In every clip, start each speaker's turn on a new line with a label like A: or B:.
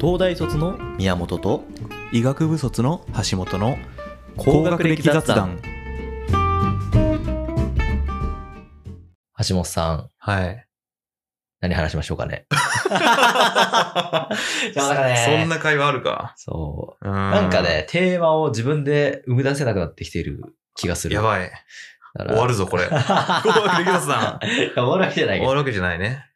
A: 東大卒の宮本と
B: 医学部卒の橋本の
A: 高学歴雑談橋本さん、
B: はい
A: 何話しましょうか ね。
B: そんな会話あるか
A: そうう。
B: な
A: なんかね、テーマを自分で生み出せなくなってきている気がする。
B: や
A: い。
B: ばい終わるぞ これ
A: 終
B: 学歴雑談
A: 終わるわけじゃない
B: 終
A: け
B: わ
A: ど。
B: るわけじゃないね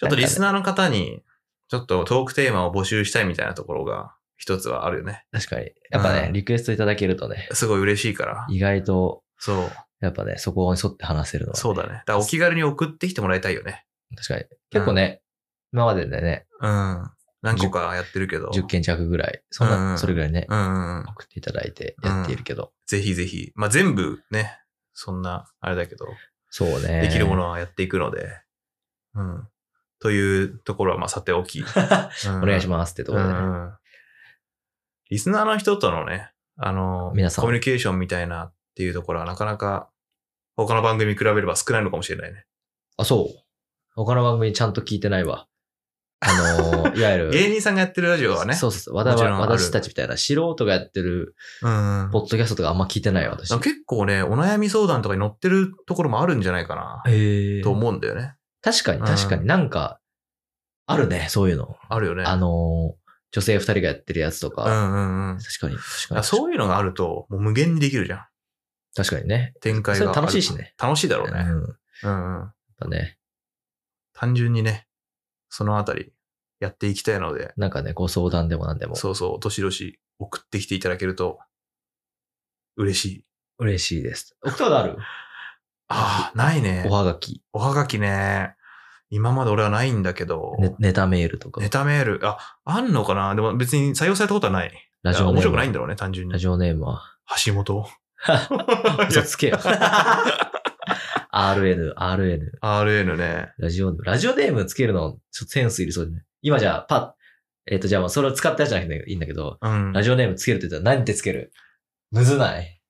B: ちょっとリスナーの方にちょっとトークテーマを募集したいみたいなところが一つはあるよね
A: 確かに。やっぱね、
B: うん
A: リクエストいただけるとね、
B: すごい嬉しいから
A: 意外と、
B: そう
A: やっぱね、そこに沿って話せるのは、
B: そうだね。だからお気軽に送ってきてもらいたいよね
A: 確かに。結構ね、今まででね、
B: うん何個かやってるけど
A: 10件弱ぐらい、そん
B: うんう
A: な、
B: ん
A: それぐらいね、
B: うんうんうん
A: 送っていただいてやっているけど。
B: ぜひぜひまあ全部ねそんなあれだけど
A: そうね。
B: できるものはやっていくので、うん。というところは、まあ、さ ておき。お
A: お願いし
B: ま
A: ますってところでね。
B: リスナーの人とのね、あの、
A: 皆さん
B: コミュニケーションみたいなっていうところは、なかなか、他の番組に比べれば少ないのかもしれないね。
A: あ、そう。他の番組ちゃんと聞いてないわ。あの ー、いわゆる。
B: 芸人さんがやってるラジオはね。。
A: そううそうそう。わた
B: もちろんある
A: 私たちみたいな素人がやってる、
B: ん。
A: ポッドキャストとかあんま聞いてないわ、私。
B: なんか結構ね、お悩み相談とかに載ってるところもあるんじゃないかな、
A: へえ
B: と思うんだよね。
A: 確かに、
B: うん
A: 確かになんか、あるね、そういうの。
B: あるよね。
A: あのー、女性二人がやってるやつと
B: う
A: か。
B: んうんうん。
A: 確かに、確か
B: あ
A: に。
B: そういうのがあると、もう無限にできるじゃん。
A: 確かにね。
B: 展開
A: それ
B: がある。
A: 楽しいしね。
B: 楽しいだろう
A: うん。
B: ね。
A: やっ
B: うんうん。
A: ぱね、
B: 単純にね、そのあたりやっていきたいので、
A: なんかね、ご相談でも何でも。
B: そうそう、どしどし送ってきていただけると嬉しい。
A: 嬉しいです。送ったことある
B: ああ、ないね
A: お。はがき、
B: おはがきね。今まで俺はないんだけど、
A: ねネタメールとか
B: ネ、タメール、あ、あんのかなでも別に採用されたことはない。
A: ラジオ
B: 面
A: ネー
B: 白
A: ム
B: くないん
A: は。
B: だろうね、単純
A: ラ
B: に。
A: ジオネームは。
B: 橋 本。い
A: 嘘
B: や
A: つけよ。RN、RN。
B: RN ね。
A: ラジオネーム。ラジオネームつけるの、ちょっとセンスいりそうじゃない今じゃあ、パッ、えっ、と、じゃあまあ、それを使ったやつじゃなくていいんだけど、
B: うん
A: ラ。ジオネームつけるって言ったら何てつけるむずない。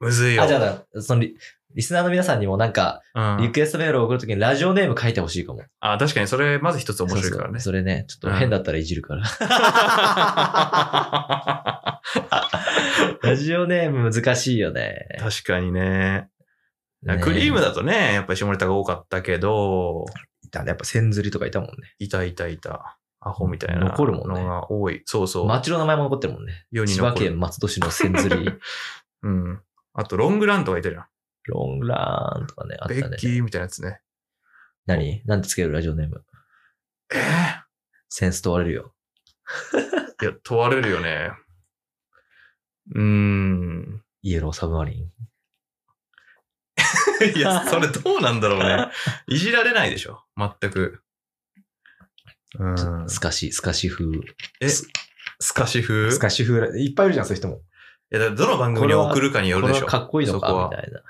B: むずいよ。
A: あ、じゃあ、そのリ、リスナーの皆さんにもなんか、
B: うん
A: リクエストメールを送るときにラジオネーム書いてほしいかも。
B: あ、確かにそれ、まず一つ面白いからね。
A: そうそう それね、ちょっと変だったらいじるから。ラジオネーム難しいよね。
B: 確かにね。
A: ね
B: クリームだとね、やっぱり下ネタが多かったけど、
A: いたね。やっぱ千釣りとかいたもんね。
B: いたいたいた、アホみたいな
A: 残るもんね
B: のが多い。そうそう。
A: 町の名前も残ってるもんね。
B: 世に
A: 千
B: 残
A: 葉
B: る
A: 県松戸市の千釣り。
B: うん。あと、ロングランとかいたじゃん。
A: ロングランとかね、あっ
B: ベ
A: た
B: ッ
A: ね。
B: キーみたいなやつね。
A: 何なんてつけるラジオネーム。
B: え
A: センス問われるよ。
B: ーいや、問われるよね。う ーん。
A: イエローサブマリン。
B: いや、それどうなんだろう ね。いじられないでしょ。全く。うん。
A: スカシ、スカシ風。
B: え、スカシ風
A: スカシ風、いっぱいいるじゃん、そういう人も。
B: いや、だからどの番組に送るかによ
A: こ
B: るで
A: れ
B: し
A: は
B: ょ。
A: かっこいいの
B: そこ
A: か
B: は、
A: みたいな。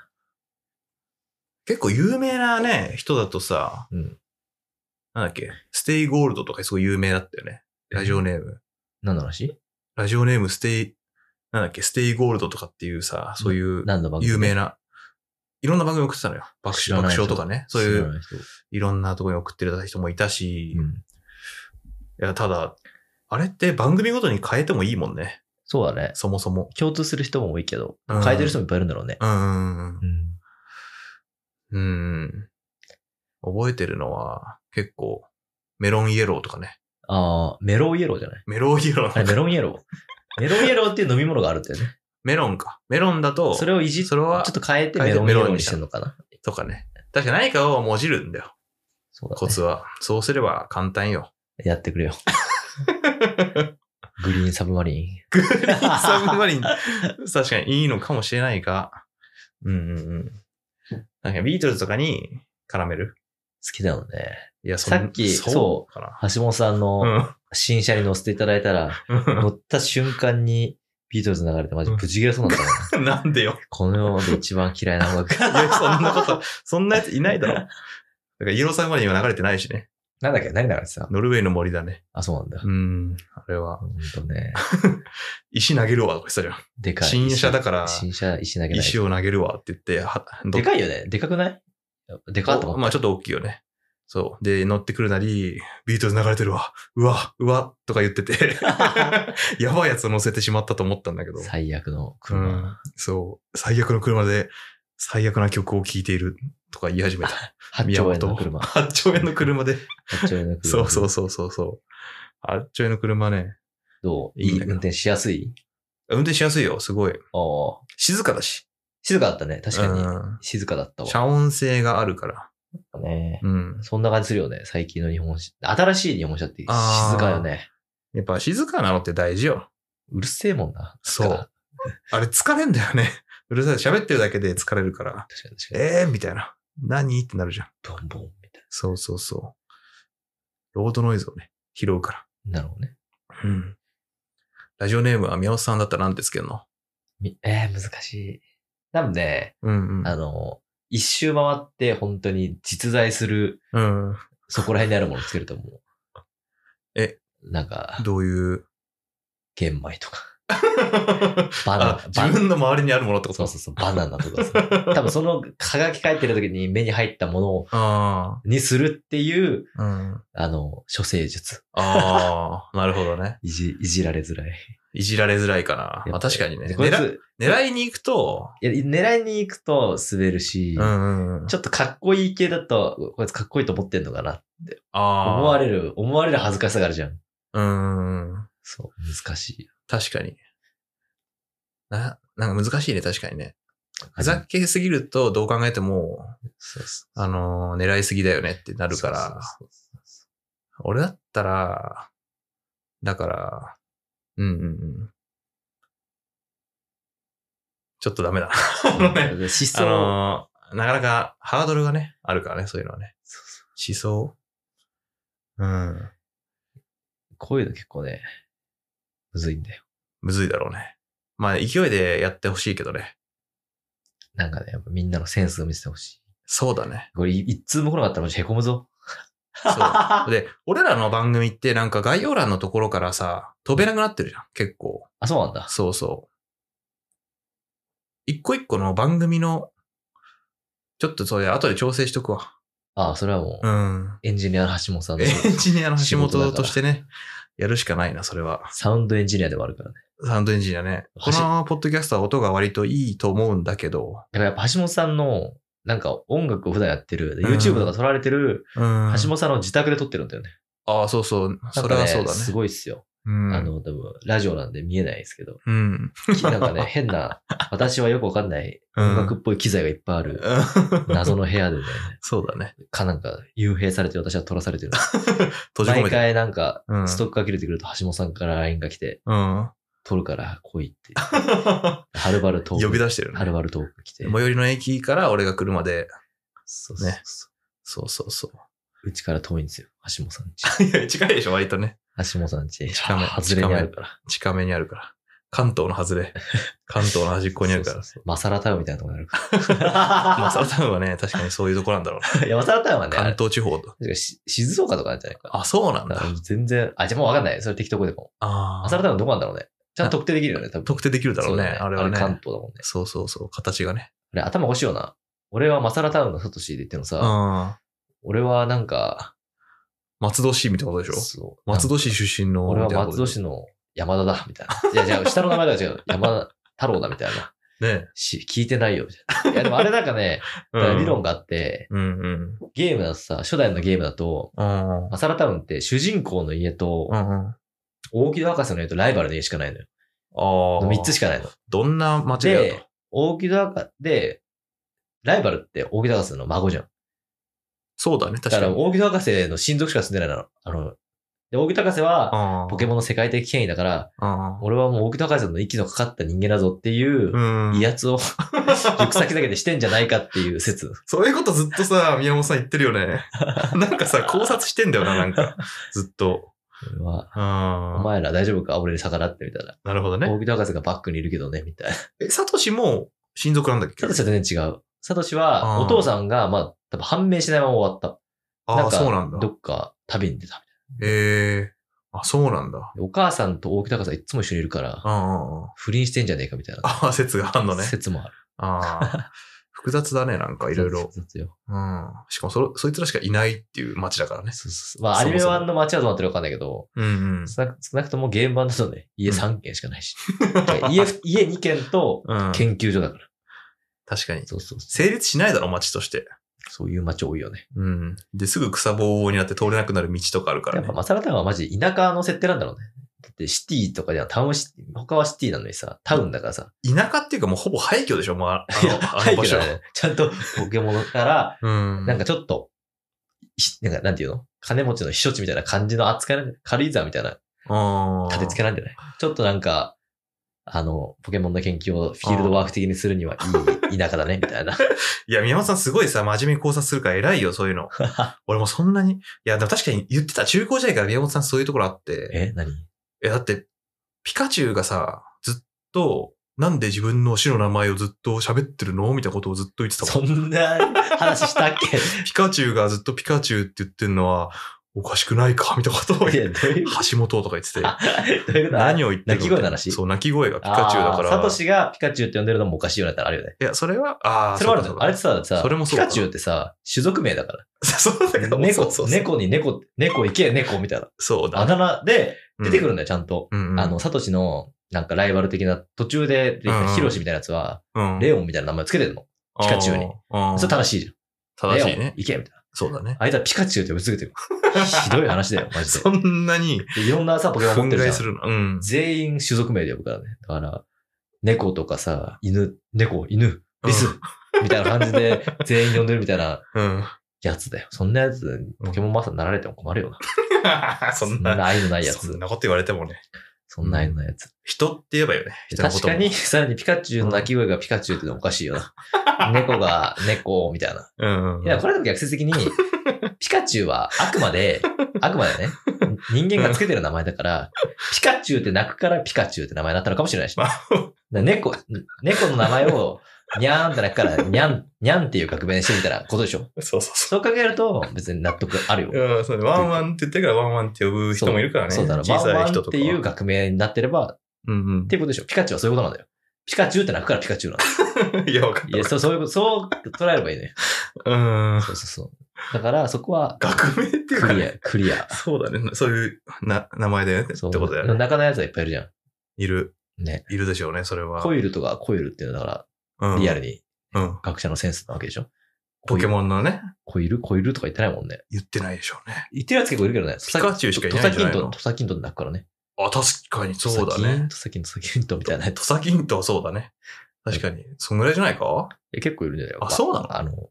B: 結構有名なね、人だとさ、
A: うん。
B: なんだっけ、ステイゴールドとかすごい有名だったよね。ラジオネーム。
A: 何の話
B: ラジオネームステイ、なんだっけ、ステイゴールドとかっていうさ、そういう
A: 何の番組
B: 有名な、いろんな番組送ってたのよ。爆
A: 知ら
B: 笑
A: ない
B: 爆
A: 人
B: 笑とかね。そうい
A: 知ら
B: う、
A: ない人
B: いろんなとこに送ってた人もいたし、
A: う
B: い
A: ん。
B: や、ただ、あれって番組ごとに変えてもいいもんね。
A: そうだね。
B: そもそも。
A: 共通する人も多いけど、
B: うん
A: 変えてる人もいっぱいいるんだろうね。
B: うーん。
A: うん。
B: うーん。覚えてるのは、結構、メロンイエローとかね。
A: ああ、メロンイエローじゃない
B: メロンイエロ
A: あれ、
B: ー。
A: メロンイエロー。メロンイエローっていう飲み物があるんだよね。
B: メロンか。メロンだと、
A: それをいじっ
B: それは
A: ちょっと変えてメロンイエローにしてるのかな。
B: とかね。確か何かをもじるんだよ。
A: そうだ、ね。
B: コツは。そうすれば簡 単よ。
A: やってく れよ。グリーンサブマリン。
B: サブマリン、確かにいいのかもしれないが。うんうんうん。なんかビートルズとかに絡める
A: 好きだよね。
B: いや、そん
A: さっき
B: そうかな。
A: 橋本さんの新車に乗せていただいたら、乗
B: う
A: った瞬間にビートルズ流れてマジブチギレそうになったもんね。
B: ん。 なんでよ。
A: この世で一番嫌いな音楽。
B: いや、そんなこと、そんなやついないだろ。だから、イエローサブマリンは流れてないしね。
A: なんだっけ何流れてた
B: ノルウェーの森だね。
A: あ、そうなんだ。
B: うん。あれは。
A: ほんとね。
B: 石投げるわとかしたじゃん。
A: でかい。
B: 新車だから、
A: 新車、石投げない。
B: 石を投げるわって言って、はど
A: でかいよね。でかくないでかっと思
B: ま
A: っ
B: あちょっと大きいよね。そう。で、乗ってくるなり、ビートルズ流れてるわ、うわ、うわ、とか言ってて、やばいやつを乗せてしまったと思ったんだけど。
A: 最悪の
B: う
A: 車。
B: ん、そう。最悪の車で、最悪な曲を聴いているとか言い始めた。
A: 八
B: 宮
A: 兆
B: 本
A: 円の車。
B: 8兆円の車で。
A: 八兆円の
B: そ
A: 車。
B: うそうそうそうそう。8兆円の車ね。
A: どう
B: いい
A: い
B: ん
A: い
B: だけど
A: 運転しやすい
B: 運転しやすいよ、すごい。
A: ああ。
B: 静かだし。
A: 静かだったね。確かに。
B: うん
A: 静かだったわ。
B: 遮音性があるから。
A: ね
B: うん。
A: そんな感じするよね。最近の日本車。新しい日本車って静
B: あー
A: かよね。
B: やっぱ静かなのって大事よ。
A: うるせえもんな。
B: そう
A: 確か
B: あれ疲れんだよね。うるさい。喋ってるだけで疲れるから。
A: に確かに。
B: えーみたいな。何ってなるじゃん。
A: ボンボンみたい
B: そうそうそう。ロードノイズをね、拾うか
A: な。なるほどね。
B: ら。うん。ラジオネームは宮本さんだったらなんですけどの。
A: みえー、難しい。多分ね、
B: うんうん。
A: あの、一周回って本当に実在する、
B: うん。
A: そこら辺にあるものつけると思う。
B: え
A: なんか、
B: ど ういう。
A: 玄米とか、バナ
B: あ、
A: ナ、
B: 自分の周りにあるものってこ
A: そう
B: と
A: そうそう、バナナとかさ。 多分その、はがき書いてる時に目に入ったものを
B: あ
A: にするっていう、
B: あ。うん。
A: あの、処世術。
B: ああ、なるほどね。
A: いじ、いじられづらい。
B: いじられづらいかな。まあ確かにね。
A: こい
B: 狙
A: つ、
B: 狙いに行くと、
A: いや、狙いに行くと滑るし、
B: んうん
A: ちょっとかっこいい系だと、こいつかっこいいと思ってんのかな。
B: ああ。
A: 思われる、思われる恥ずかしさがあるじゃん。
B: うんうん。
A: そう、難しい。
B: 確かに。な、なんか難しいね、確かにね。ふざけすぎると、どう考えても、
A: そうそ
B: あのー狙いすぎだよねってな
A: う
B: るから、
A: そうそうそ
B: 俺だったら、だから、うんうんうん。ちょっとダメだ。あ
A: う
B: のね、
A: 思想、
B: あのーなかなかハードルがね、あるからね、そういうのはね。
A: そうそう
B: 思想うん。
A: こういうの結構ね、むずいんだよ。
B: むずいだろうね。まあ、勢いでやってほしいけどね。
A: なんかね、やっぱみんなのセンスを見せてほしい。
B: そうだね。
A: これ、い一通も来なかったらもう凹むぞ。
B: そう。で、俺らの番組ってなんか概要欄のところからさ、飛べなくなってるじゃん、結構。
A: あ、そうなんだ。
B: そうそう。一個一個の番組の、ちょっとそれ後で調整しとくわ。
A: あ、それはもう、
B: うん。
A: エンジニアの橋本さんの
B: エンジニアの
A: 仕
B: 橋
A: 事だ
B: 本
A: から
B: としてね、やるしかないな、それは。
A: サウンドエンジニアでもあるからね。
B: サウンドエンジニアね。こ
A: 橋
B: のポッドキャストは音が割といいと思うんだけど、
A: だからやっぱ橋本さんの、なんか音楽を普段やってる、
B: ん
A: YouTube とか撮られてる、
B: うん。
A: 橋本さんの自宅で撮ってるんだよね。
B: ああ、そうそう。それ
A: なんか
B: はそうだね。
A: すごいっすよ。
B: うん。
A: あの、多分、ラジオなんで見えないですけど、
B: うん。
A: きなんかね、変 な、私はよくわかんない
B: うん
A: 音楽っぽい機材がいっぱいある、謎の部屋でね、
B: そうだね。
A: かなんか、幽閉されて私は撮らされてる。
B: 閉じ込
A: 毎
B: めて。
A: 回なんか、
B: うん
A: ストックが切れてくると橋本さんから LINE が来て、
B: うん。
A: 撮るから来いって。 はるばる遠く。
B: 呼び出してる
A: は
B: ね。
A: るばる遠く来て。
B: 最寄りの駅から俺が車で。
A: そうそう
B: ね
A: そ。
B: そうそうそう
A: うちから遠いんですよ、橋本さんち。
B: う。いや、近いでしょ、割とね。
A: 橋本さんち。
B: 近め
A: 外れにあるから。
B: 近めにあるから。関東 の外れ。関東の端っこにあるから。
A: そうそうそうマサラタウンみたいなとこにあるか
B: まあ、サラ
A: ら。
B: タウンは ね、確かにそういうとこなんだろうな。
A: いや、マサラタウンはね、あ
B: 関
A: れ
B: 東地方と。
A: 確かし静岡とかなんじゃないか。
B: あ、そうなんだ。
A: 全然、あ、じゃあもうわかんない。それ適当でも。
B: あ
A: マサラ
B: あ。
A: タウンどこなんだろうね。ちゃんと特定できるよね、多分。
B: 特定できるだろうね。
A: そ
B: あれはね
A: 関東だもんね。
B: そうそうそう。形がね。
A: あれ、頭おかしいよな。俺はマサラタウンのサトシで言ってんの
B: う
A: さ、
B: ん。
A: 俺はなんか、
B: 松戸市みたいなことでしょ
A: そう
B: 松戸市出身の。
A: 俺は
B: みたいなこ
A: 松
B: と
A: 戸
B: でし
A: 市の山田だ、みたいな。いや、じゃあ、下の名前だから違う。山田太郎だ、みたいな。
B: ょ。ね。
A: し、聞いてないよ、みたいな。いや、でもあれなんかね、だから理論があって、
B: うんうん。
A: ゲームだとさ、初代のゲームだと、
B: うん。
A: マサラタウンって主人公の家と
B: う、んうん。あ
A: 大木戸博士の家とライバルの家しかないのよ。
B: あ。
A: 3つしかないの。
B: どんな街だよ
A: で、大木戸博士、で、ライバルって大木戸博士の孫じゃん。
B: そうだね、
A: だ
B: 確
A: か
B: からに。
A: 大木戸博士の親族しか住んでないの。あの、で、大木戸博士は、ポケ
B: モ
A: モンの世界的権威だから、
B: ン
A: 俺はもう大木戸博士の息のかかった人間だぞっていう、
B: うん。
A: 威圧を 行く先々でしてんじゃないかっていう説。
B: そういうことずっと さ、宮本さん言ってるよね。なんかさ、考察してんだよな、なんか。ずっと。
A: 俺は、
B: あ
A: お前ら大丈夫か俺に逆らってみたいな。
B: なるほどね
A: 大。木戸博士がバックにいるけどね、みたいな。
B: え、サトシも親族なんだっけ
A: サトシ
B: あ
A: は全然違う。サトシ
B: あ
A: は、
B: ー
A: お父さんが、まあ、多分判明しないまま終わった。
B: あー、
A: か
B: そうなんだ
A: ど。っか旅に出た。
B: へえ。あ、そうなんだ。
A: お母さんと大木高さんいつも一緒にいるから
B: う、んうんうん。
A: 不倫してんじゃねえかみたいな。
B: ああ、説があんの ね。
A: 説もある。
B: ああ。複雑だね、なんかいろいろ。
A: そうそうそう
B: うん。しかもそ、そいつらしかいないっていう街だからね。
A: そうそうまあ、ア
B: そも
A: ニ
B: そも
A: メ版の街はどうなってるかわかんないけど、
B: うんうん。
A: 少なく少なくともゲーム版だとね、家
B: うん
A: 3軒しかないし。 家、家2軒と
B: うん。
A: 研究所だから。
B: 確かに。
A: そうそうそう。
B: 成立しないだろ、街として。
A: そういう街多いよね。
B: うん。で、すぐ草ぼうぼうになって通れなくなる道とかあるから
A: やっ
B: ね
A: ぱ。マサラタウンはマジ田舎の設定なんだろうね。だってシティとかじゃタウンシティ、他はシティなのにさ、タウンだからさ。
B: 田舎っていうかもうほぼ廃墟でしょ、も うああ
A: いや
B: のあの場所
A: 廃墟。だねちゃんとポケモンから、
B: うん。
A: なんかちょっと、ひなんかなんていうの金持ちの避暑地みたいな感じの扱いなんじゃない軽井沢みたいな
B: うん、
A: 立て付けなんじゃないちょっとなんか、あの、ポケモンの研究をフィールドワーク的にするにはいい 田舎だね、みたいな。
B: いや、宮本さんすごいさ、真面目に考察するから偉いよ、そ ういうの。俺もそんなに。いや、でも確かに言ってた、中高時代から宮本さんそういうところあって。
A: え何
B: え、だって、ピカチュウがさ、ずっと、なんで自分の死の名前をずっと喋ってるのみたいなことをずっと言ってたも
A: そ
B: ん。
A: んな話したっ け
B: ピカチュウがずっとピカチュウって言ってるのは、おかしくないかみたいなことを言っ
A: い
B: て、
A: や、どういうこ
B: 橋本とか言ってて。
A: とどういうこと
B: 何を言ってる
A: 鳴き声の話
B: そう、鳴き声がピカチュウだから。
A: あーサトシがピカチュウって呼んでるのもおかしいようになったらあるよね。
B: いや、それは、ああ、
A: それもある
B: うか
A: の
B: うか
A: あれってさ、さ
B: それも
A: ピ
B: そうか
A: カチュウってさ、種族名だか
B: そうだけ
A: ら。
B: ど、
A: 猫
B: そうそう、そう
A: 猫に猫、猫行け、猫みたいな。
B: そうだ。
A: あだ名で出てく
B: る。
A: るんだよ、ちゃんと。
B: うんうん、
A: あの、サトシの、なんかライバル的な、途中で出てき
B: うんう
A: た
B: ん
A: ヒロシみたいなやつは、
B: うん、
A: レオンみたいな名前つけてるの。ピカチュウに
B: あー。
A: それ正しいじゃん。
B: 正しい
A: レオン
B: ね。
A: 行けみたいな。
B: そうだね。
A: あいつはピカチュウって呼び続けてる。ひどい話だよ、マジ
B: そんなに
A: で。でいろんなさ、ポケモン持
B: 憤
A: ってる
B: 慨
A: じ
B: す
A: ゃん。
B: るの。 うん。
A: 全員種族名で呼ぶからね。だから、猫とかさ、犬、猫、犬、リ ス、みたいな感じで全員呼んでるみたいな
B: うん。
A: やつだよ。そんなやつ、ポケモンマスターになられても困るよな。そ
B: そ
A: ん
B: ん
A: な
B: な、
A: 愛のないや
B: そ
A: つ
B: ん。なこと言われてもね。
A: そんな愛のないやつ。
B: 人って言えばいいよね。人のこ
A: 確
B: とも
A: かに、。 さらにピカチュウの鳴き声がピカチュウってのもおかしいよ な。猫が猫、みたいな。
B: うん、うん。
A: いや、これでも逆説 的に、ピカチュウはあくまで、あくまでね、人間がつけてる名前だから、ピカチュウって鳴くからピカチュウって名前になったのかもしれないし。
B: ま
A: だから猫、猫の名前を、にゃーんって鳴くから、にゃん、にゃんっていう革命にしてみたいなことでしょ。
B: そうそうそ
A: そう考えると、別に納得あるよ。
B: う。うん、そうねワンワンって言ってるからワンワンって呼ぶ人もいるからね。
A: そうだろ、
B: 小さ
A: ワ
B: い
A: ンワン
B: 人
A: っ
B: と
A: て
B: か。
A: いう革命になってれば、
B: うん
A: っていうことでしょ。ピカチュウはそういうことなんだよ。ピカチュウって鳴くからピカチュウなんだよ。
B: うん。いや、わかっ
A: いや、そう、そういうこと、そう捉えればいいね。
B: た。うん。
A: そうそうそう。だから、そこは、
B: 学名ってい
A: ク
B: うか
A: リ
B: ね。
A: ア、クリア。
B: そうだね。そういう、な、名前だよね。って
A: そう。
B: ことだよね。
A: 中のやつはいっぱいいるじゃ
B: いる、
A: ん。ね。
B: いるでしょうね、それは。
A: コイルとかコイルっていうのはだから、
B: うん
A: リアルに
B: うん。
A: 学者のセンスなわけでしょ。
B: ポケ
A: ン。
B: モンのね、
A: コイルコイルとか言ってないもんね。
B: 言ってないでしょうね。
A: 言ってるやつ結構いるけどね。
B: ピカチュウしかいないんじゃない
A: トサキン
B: の
A: トン、トサキントンだからね。
B: あ、確かにそうだね。
A: トサキントン、トサキントンみたいなやつ。
B: トサキンとはそうだね。確かに。そんぐらいじゃないか
A: え結構いるんじゃない
B: あそうなの
A: あの、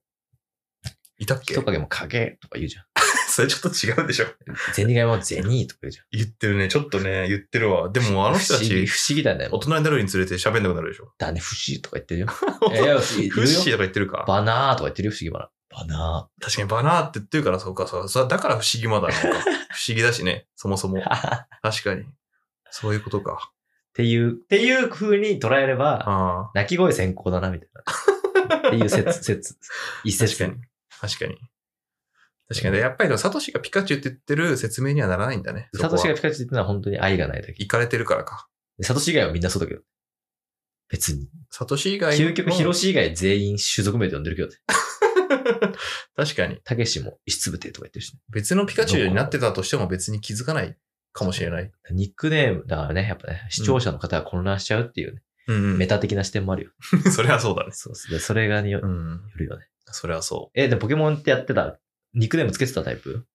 B: いたっけ
A: 人影も影とか言うじゃん。
B: それちょっと違うでしょ。
A: ゼニガイもゼニーとか言うじゃん。
B: 言ってるね。ちょっとね、言ってるわ。でもあの人た
A: 不思議
B: ち、
A: 不思議だね。
B: 大人になるにつれて喋んなくなるでしょ。
A: だね、不思議とか言 ってるよ。いやいや、不思議。
B: フッシー
A: 言うよ
B: とか言ってるか。
A: バナーとか言ってるよ、不思議バナー。バナ
B: 確かにバナーって言ってるから、そうか、そうそうだから不思議まだなのか。不思議だしね、そも そも。
A: ー。っ
B: 確かに。そういうことか。
A: ていう、っていう風に捉えれば、
B: あ
A: 鳴き声先行だな、みたいな。っていう説、 説。一
B: あ。確
A: 説。
B: かに。確かに。確かに。やっぱりでもサトシがピカチュウって言ってる説明にはならないんだね。
A: サトシが
B: そ
A: ピカチ
B: こは
A: ュウって言ってのは本当に愛がないだけ。
B: 行かれてるからか。
A: サトシ以外はみんなそうだけど。別に。
B: サトシ以外の
A: 究極、ヒロシ以外全員種族名で呼んでるけどね。
B: 確かに。
A: たけしも石つぶてとか言ってるしね。
B: 別のピカチュウになってたとしても別に気づかないかもしれない。
A: ニックネーム、だからね、やっぱね、視聴者の方が混乱しちゃうっていうね、
B: う ん
A: メタ的な視点もあるよ。
B: それはそうだね。
A: そうそう。でそれがによよ
B: ん。
A: るよね。
B: それはそ
A: え、でもポケモンってやってた、ニックネームつけてたタイプ
B: う。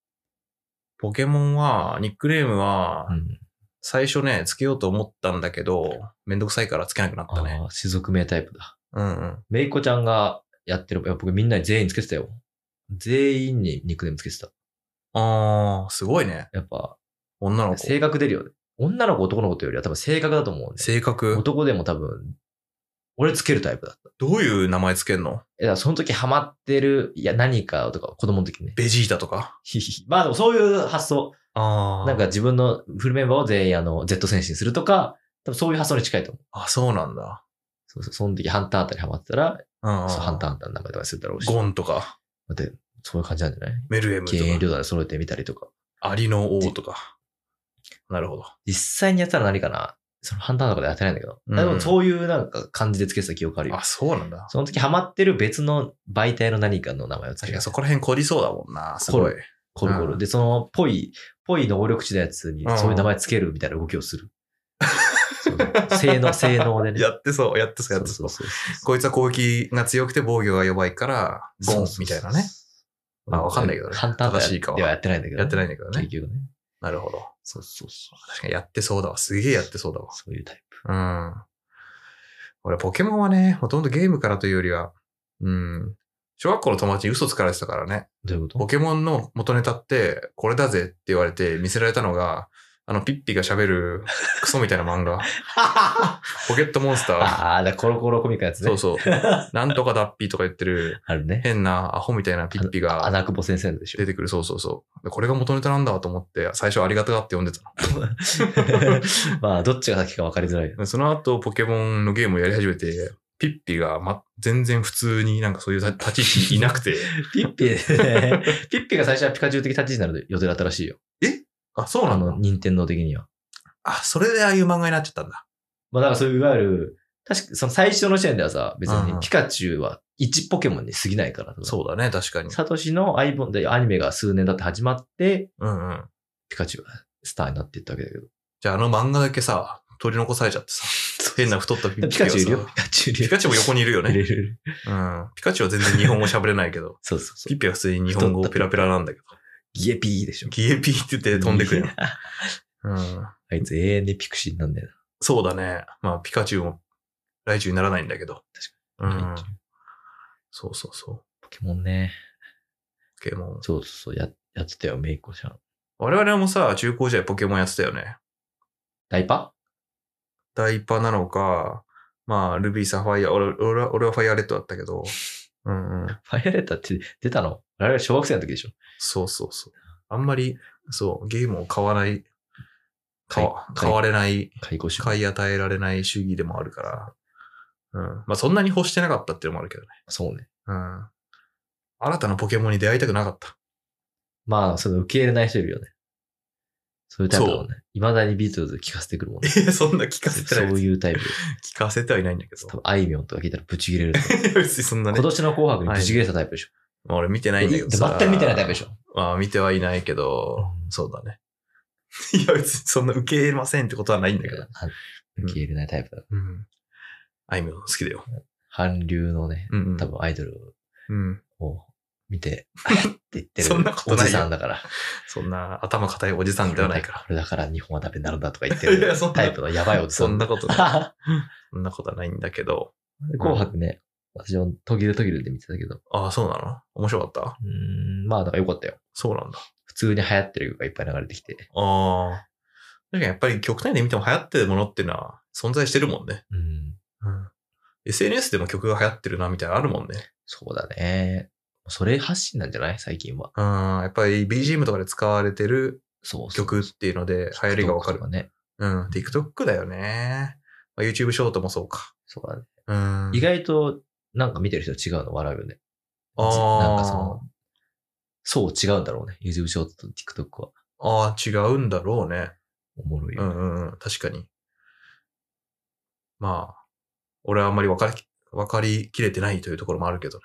B: ポケモンは、ニックネームは
A: う、ん。
B: 最初ね、つけようと思ったんだけど、めんどくさいからつけなくなっ
A: あ
B: た
A: あ
B: ね。
A: ー、種族名タイプだ。
B: うんうん。
A: めいこちゃんがやってる、いや僕みんなに全員つけてたよ。全員にニックネームつけてた。
B: あー、すごいね。
A: やっぱ、
B: 女の子。
A: 性格出るよね。女の子男の子というよりは多分性格だと思うんで。
B: 性格。
A: 男でも多分、俺つけるタイプだった。
B: どういう名前つけんの
A: え、だからその時ハマってる、いや、何かとか、子供の時ね。
B: ベジータとか。
A: ひひひまあでもそういう発想。
B: あ
A: なんか、自分のフルメンバーを全員あの、Z 戦士にするとか、多分そういう発想に近いと思う。
B: あ、そうなんだ。
A: そうそう、その時ハンターあたりハマってたら、
B: うんうん。
A: そうハンターハンターの名前とかにするだろうし。
B: ゴンとか、
A: だってそういう感じなんじゃない
B: メルエムと
A: 原因
B: か、
A: 量だで揃えてみたりとか。
B: アリの王とか。なるほど。
A: 実際にやったら何かなそのハンターとかで当てないんだけど。
B: うん
A: でもそういうなんか感じでつけてた記憶あるよ
B: あ、。そうなんだ。
A: その時ハマってる別の媒体の何かの名前をつけ
B: 確
A: て
B: か
A: た
B: にそこら辺凝りそうだもんな。すごい。
A: コロコ
B: う
A: ロ。
B: ん
A: で、その、ぽい、ぽい能力値のやつに
B: うん
A: そういう名前つけるみたいな動きをす る。そう性能、性能でね。
B: やってそう、やってそう、やって
A: そ
B: そうう。
A: そう
B: こいつは攻撃が強くて防御が弱いから、
A: そう
B: ボンみたいなね。。まあわかんないけどね
A: ハンター
B: 正しいかは
A: ではやってないんだけど、
B: やってないんだけどね。
A: 結局ね。
B: なるほど。
A: そうそうそう。
B: 確かにやってそうだわ。すげえやってそうだわ。
A: そういうタイプ。
B: うん。俺、ポケモンはね、ほとんどゲームからというよりは、うん。小学校の友達に嘘つかれてたからね。
A: どういうこ
B: ポ
A: と
B: ケモンの元ネタって、これだぜって言われて見せられたのが、あの、ピッピが喋るクソみたいな漫画。ポケットモンスター。
A: ああ、だコロコロコミカやつね。
B: そうそう。なんとかダッピーとか言ってる、
A: あるね。
B: 変なアホみたいなピッピが
A: 穴久保先生のでしょ
B: 出。てくる。そうそうそうで。これが元ネタなんだと思って、最初ありがたがって読んで た
A: まあ、どっちが先か分かりづらいよね。
B: の。その後、ポケモンのゲームをやり始めて、ピッピが、ま、全然普通になんかそういう立ち位置いなくて。
A: ピッピ、ね、ピッピが最初はピカチュウ的立ち位置になる予定だったらしいよ。
B: あ、そう
A: あ
B: な
A: の、
B: の
A: 任天堂的には。
B: あ、それでああいう漫画になっちゃったんだ。
A: まあ、だからそういういわゆる、確かその最初の時点ではさ、別
B: うんう
A: に
B: ん
A: ピカチュウは1ポケモンに過ぎないから。
B: そうだね、確かに。
A: サトシのアイボンでアニメが数年だって始まって、
B: うんうん。
A: ピカチュウがスターになっていったわけだけど。
B: じゃああの漫画だけさ、取り残されちゃってさ、変な太ったピ
A: ピカチュウいるよ。
B: がさ
A: ピカチュウいるよ。
B: ピカチュウも横にいるよ
A: いる
B: ね。
A: いるいる。
B: うん。ピカチュウは全然日本語喋れないけど、
A: そうそうそ
B: ピ
A: う。
B: ッピは普通に日本語ペラペラなんだけど、
A: ギエピーでしょ。
B: ギエピーって言って飛んでくるよ。 うん。
A: あいつ永遠にピクシーなんだよ
B: そうだね。まあ、ピカチュウも来中にならないんだけど。
A: な。
B: うん。そうそうそう。
A: ポケモンね。
B: ポケモン。
A: そうそうそう。や、やってたよ、メイコちゃん。
B: 我々もさ、中高時代ポケモンやってたよね。
A: ダイパ
B: ダイパなのか、まあ、ルビー、サファイア、俺俺は俺はファイアレッドだったけど、うんうん。
A: ファイアレッタって出たのあれは小学生の時でしょ。
B: そうそうそう。あんまり、そう、ゲームを買わない、買わ
A: 買い
B: 買われない、
A: 解雇し
B: 買い与えられない主義でもあるから、うん。まあ、そんなに欲してなかったっていうのもあるけどね。
A: そうね。
B: うん。新たなポケモンに出会いたくなかった。
A: まあ、その受け入れない人いるよね。そういうタイプだもんね。未だにビートルズ聞かせてくるもんね。
B: え、そんな聞かせて
A: そ
B: ないうです。
A: いうタイプ。
B: 聞かせてはいないんだけど
A: 多。分あいみょんとか聞いたらブチ切れると思う。
B: いや 別にそんなね
A: 今。年の紅白にブチ切れたタイプでしょ。
B: まあ俺見てないんだけど
A: で
B: さ。
A: 全く見てないタイプでし
B: ょ。
A: ょ。
B: まあ見てはいないけど、そうだね。 いや、別にそんな受け入れませんってことはないんだけど。
A: あ受け入れないタイプだ。
B: うん。あいみょん好きだよ。
A: 韓流のね、
B: うん、うん。
A: 多分アイドル
B: うん。
A: を見て、あって言ってる
B: そんなこと
A: お
B: ないよ
A: じさんだから。
B: そんな頭固いおじさんではないから。
A: これだから日本はダメになるんだとか言ってる
B: いやそんな
A: タイプのやばいおじさ
B: そ
A: ん。
B: んなことない。
A: で
B: そんなことはないんだけど。
A: 紅白ね、私も途切れ途切れで見てたけど、う
B: ああ、そうなの面白かった
A: ーん、まあなんか良かったよ。
B: そうなんだ。
A: 普通に流行ってる曲がいっぱい流れてきて。
B: ああ。確かにやっぱり極端に見ても流行ってるものっていうのは存在してるもんね。
A: うん、
B: うん。SNS でも曲が流行ってるなみたいなのあるもんね。
A: そうだね。それ発信なんじゃない最近は。
B: うん。やっぱり BGM とかで使われてる
A: そうそう。
B: 曲っていうので流行りがわかる
A: と。ね。
B: うん。TikTok だよね。まあ、YouTube ショートもそうか。
A: そうだね。
B: うん。
A: 意外と、なんか見てる人違うの笑うよね。
B: あー
A: なんかその、そう違うんだろうね。YouTube ショートと TikTok は。
B: ああ、違うんだろうね。
A: おもろいよ
B: う
A: ね、
B: んうんうん。確かに。まあ、俺はあんまり分かり、分かりきれてないというところもあるけどね。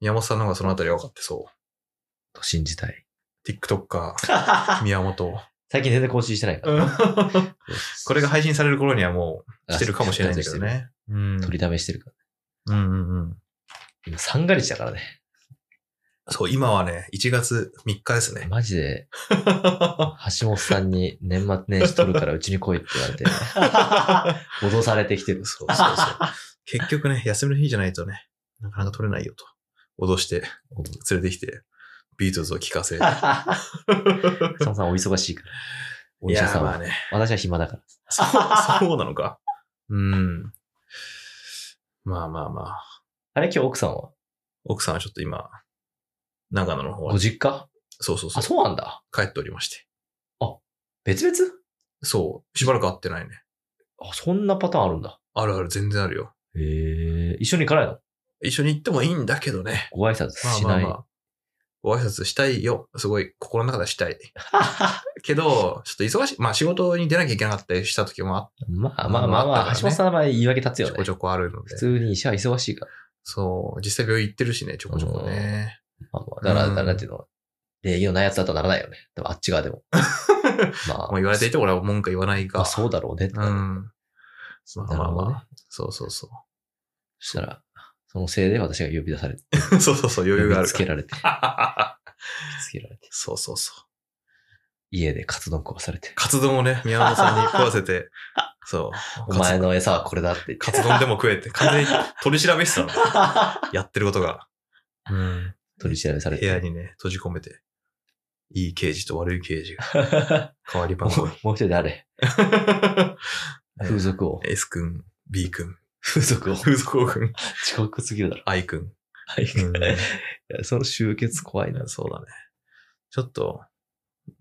B: 宮本さんの方がそのあたり分かってそ
A: と信じたい。
B: う。TikToker、宮 本。
A: 最近全然更新してないから。
B: これが配信される頃にはもう
A: あ
B: してるかもしれないんだけど。ね。うん。
A: 取りためしてるから。
B: うんうんうん。
A: 今、三が日だからね。
B: そう、今はね、1月3日です ね。
A: マジで、橋本さんに年末年始取るからうちに来いって言われて、脅されてき てる。
B: そうそうそう。結局ね、休みの日じゃないとね、なかなか取れないよと。脅して、連れてきて、ビートルズを聴か せ。
A: 橋本さんお忙しいから。お医者さん
B: まあ
A: は。
B: ね。
A: 私は暇だから。
B: そう、そうなのか。うん。まあまあまあ。
A: あれ今日奥さんは
B: 奥さんはちょっと今、長野の方
A: ご
B: に、
A: 実家
B: そうそうそ
A: あ、
B: う、
A: そうなんだ。
B: 帰っておりまして。
A: 別々
B: そう、しばらく会ってないね。
A: あ、そんなパターンあるんだ。
B: あるある、全然あるよ。
A: へえ。一緒に行かないの
B: 一緒に行ってもいいんだけどね。
A: ご挨拶
B: まあ
A: し
B: まあ
A: ない。
B: まあ。ご挨拶したいよ。すごい、心の中ではしたい。けど、ちょっと忙しい。まあ仕事に出なきゃいけなかったりした時もあっ
A: まあまあまあまあ、橋本さんの場合言い訳立つ
B: て、
A: よ
B: ちょこ
A: ね
B: ち。ょこあるので
A: 普。通に医者は忙しいから。
B: そう、実際病院行ってるしね、ちょこちょこね。
A: まあまあだから、
B: うん
A: だからなんていうの、礼儀のないやつだとはならないよね。でもあっち側で も。まあ、
B: まあ言われていて俺は文句は言わない
A: ま
B: が。
A: あそうだろうねって
B: う
A: なる。
B: ん。まあま
A: なる
B: あ
A: ほどね
B: まあ。そうそうそ
A: そしたら、そのせいで私が呼び出されて、
B: う。 そうそうそう、余裕があ
A: 呼
B: る
A: びつけ
B: から
A: れて、呼
B: ら。
A: びつけられて、
B: そうそうそう。
A: 家でカツ丼食わされて、
B: カツ丼をね、宮本さんに食わ せて、そう。
A: お前の餌はこれだって言って。
B: カツ丼でも食えって、完全に取り調べ室なの。やってることが。うん。
A: 取り調べされ
B: 部屋
A: て。
B: にね、閉じ込めて。いい刑事と悪い刑事が変わり番
A: も
B: 号
A: うもう一人誰風俗王。
B: S 君、B 君、
A: 風俗王。
B: 風俗王 君、
A: 遅刻すぎるだろ。
B: I 君。
A: はい。 いやその集結怖いな。
B: そうだね。ちょっと、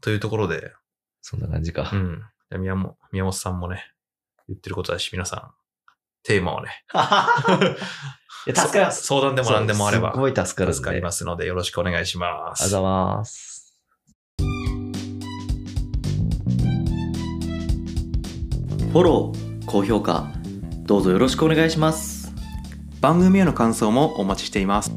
B: というところで、
A: そんな感じか
B: う。ん。じゃあ宮本宮本さんもね、言ってることだし、皆さん、テーマをね、
A: いや助かります。
B: 相談でも何でもあれば
A: す、ごい助かるんで。
B: 助かりますので、よろしくお願いしま
A: ありがとうご
B: す
A: ざ。います。フォロー、高評価、どうぞよろしくお願いします。
B: 番組への感想もお待ちしています。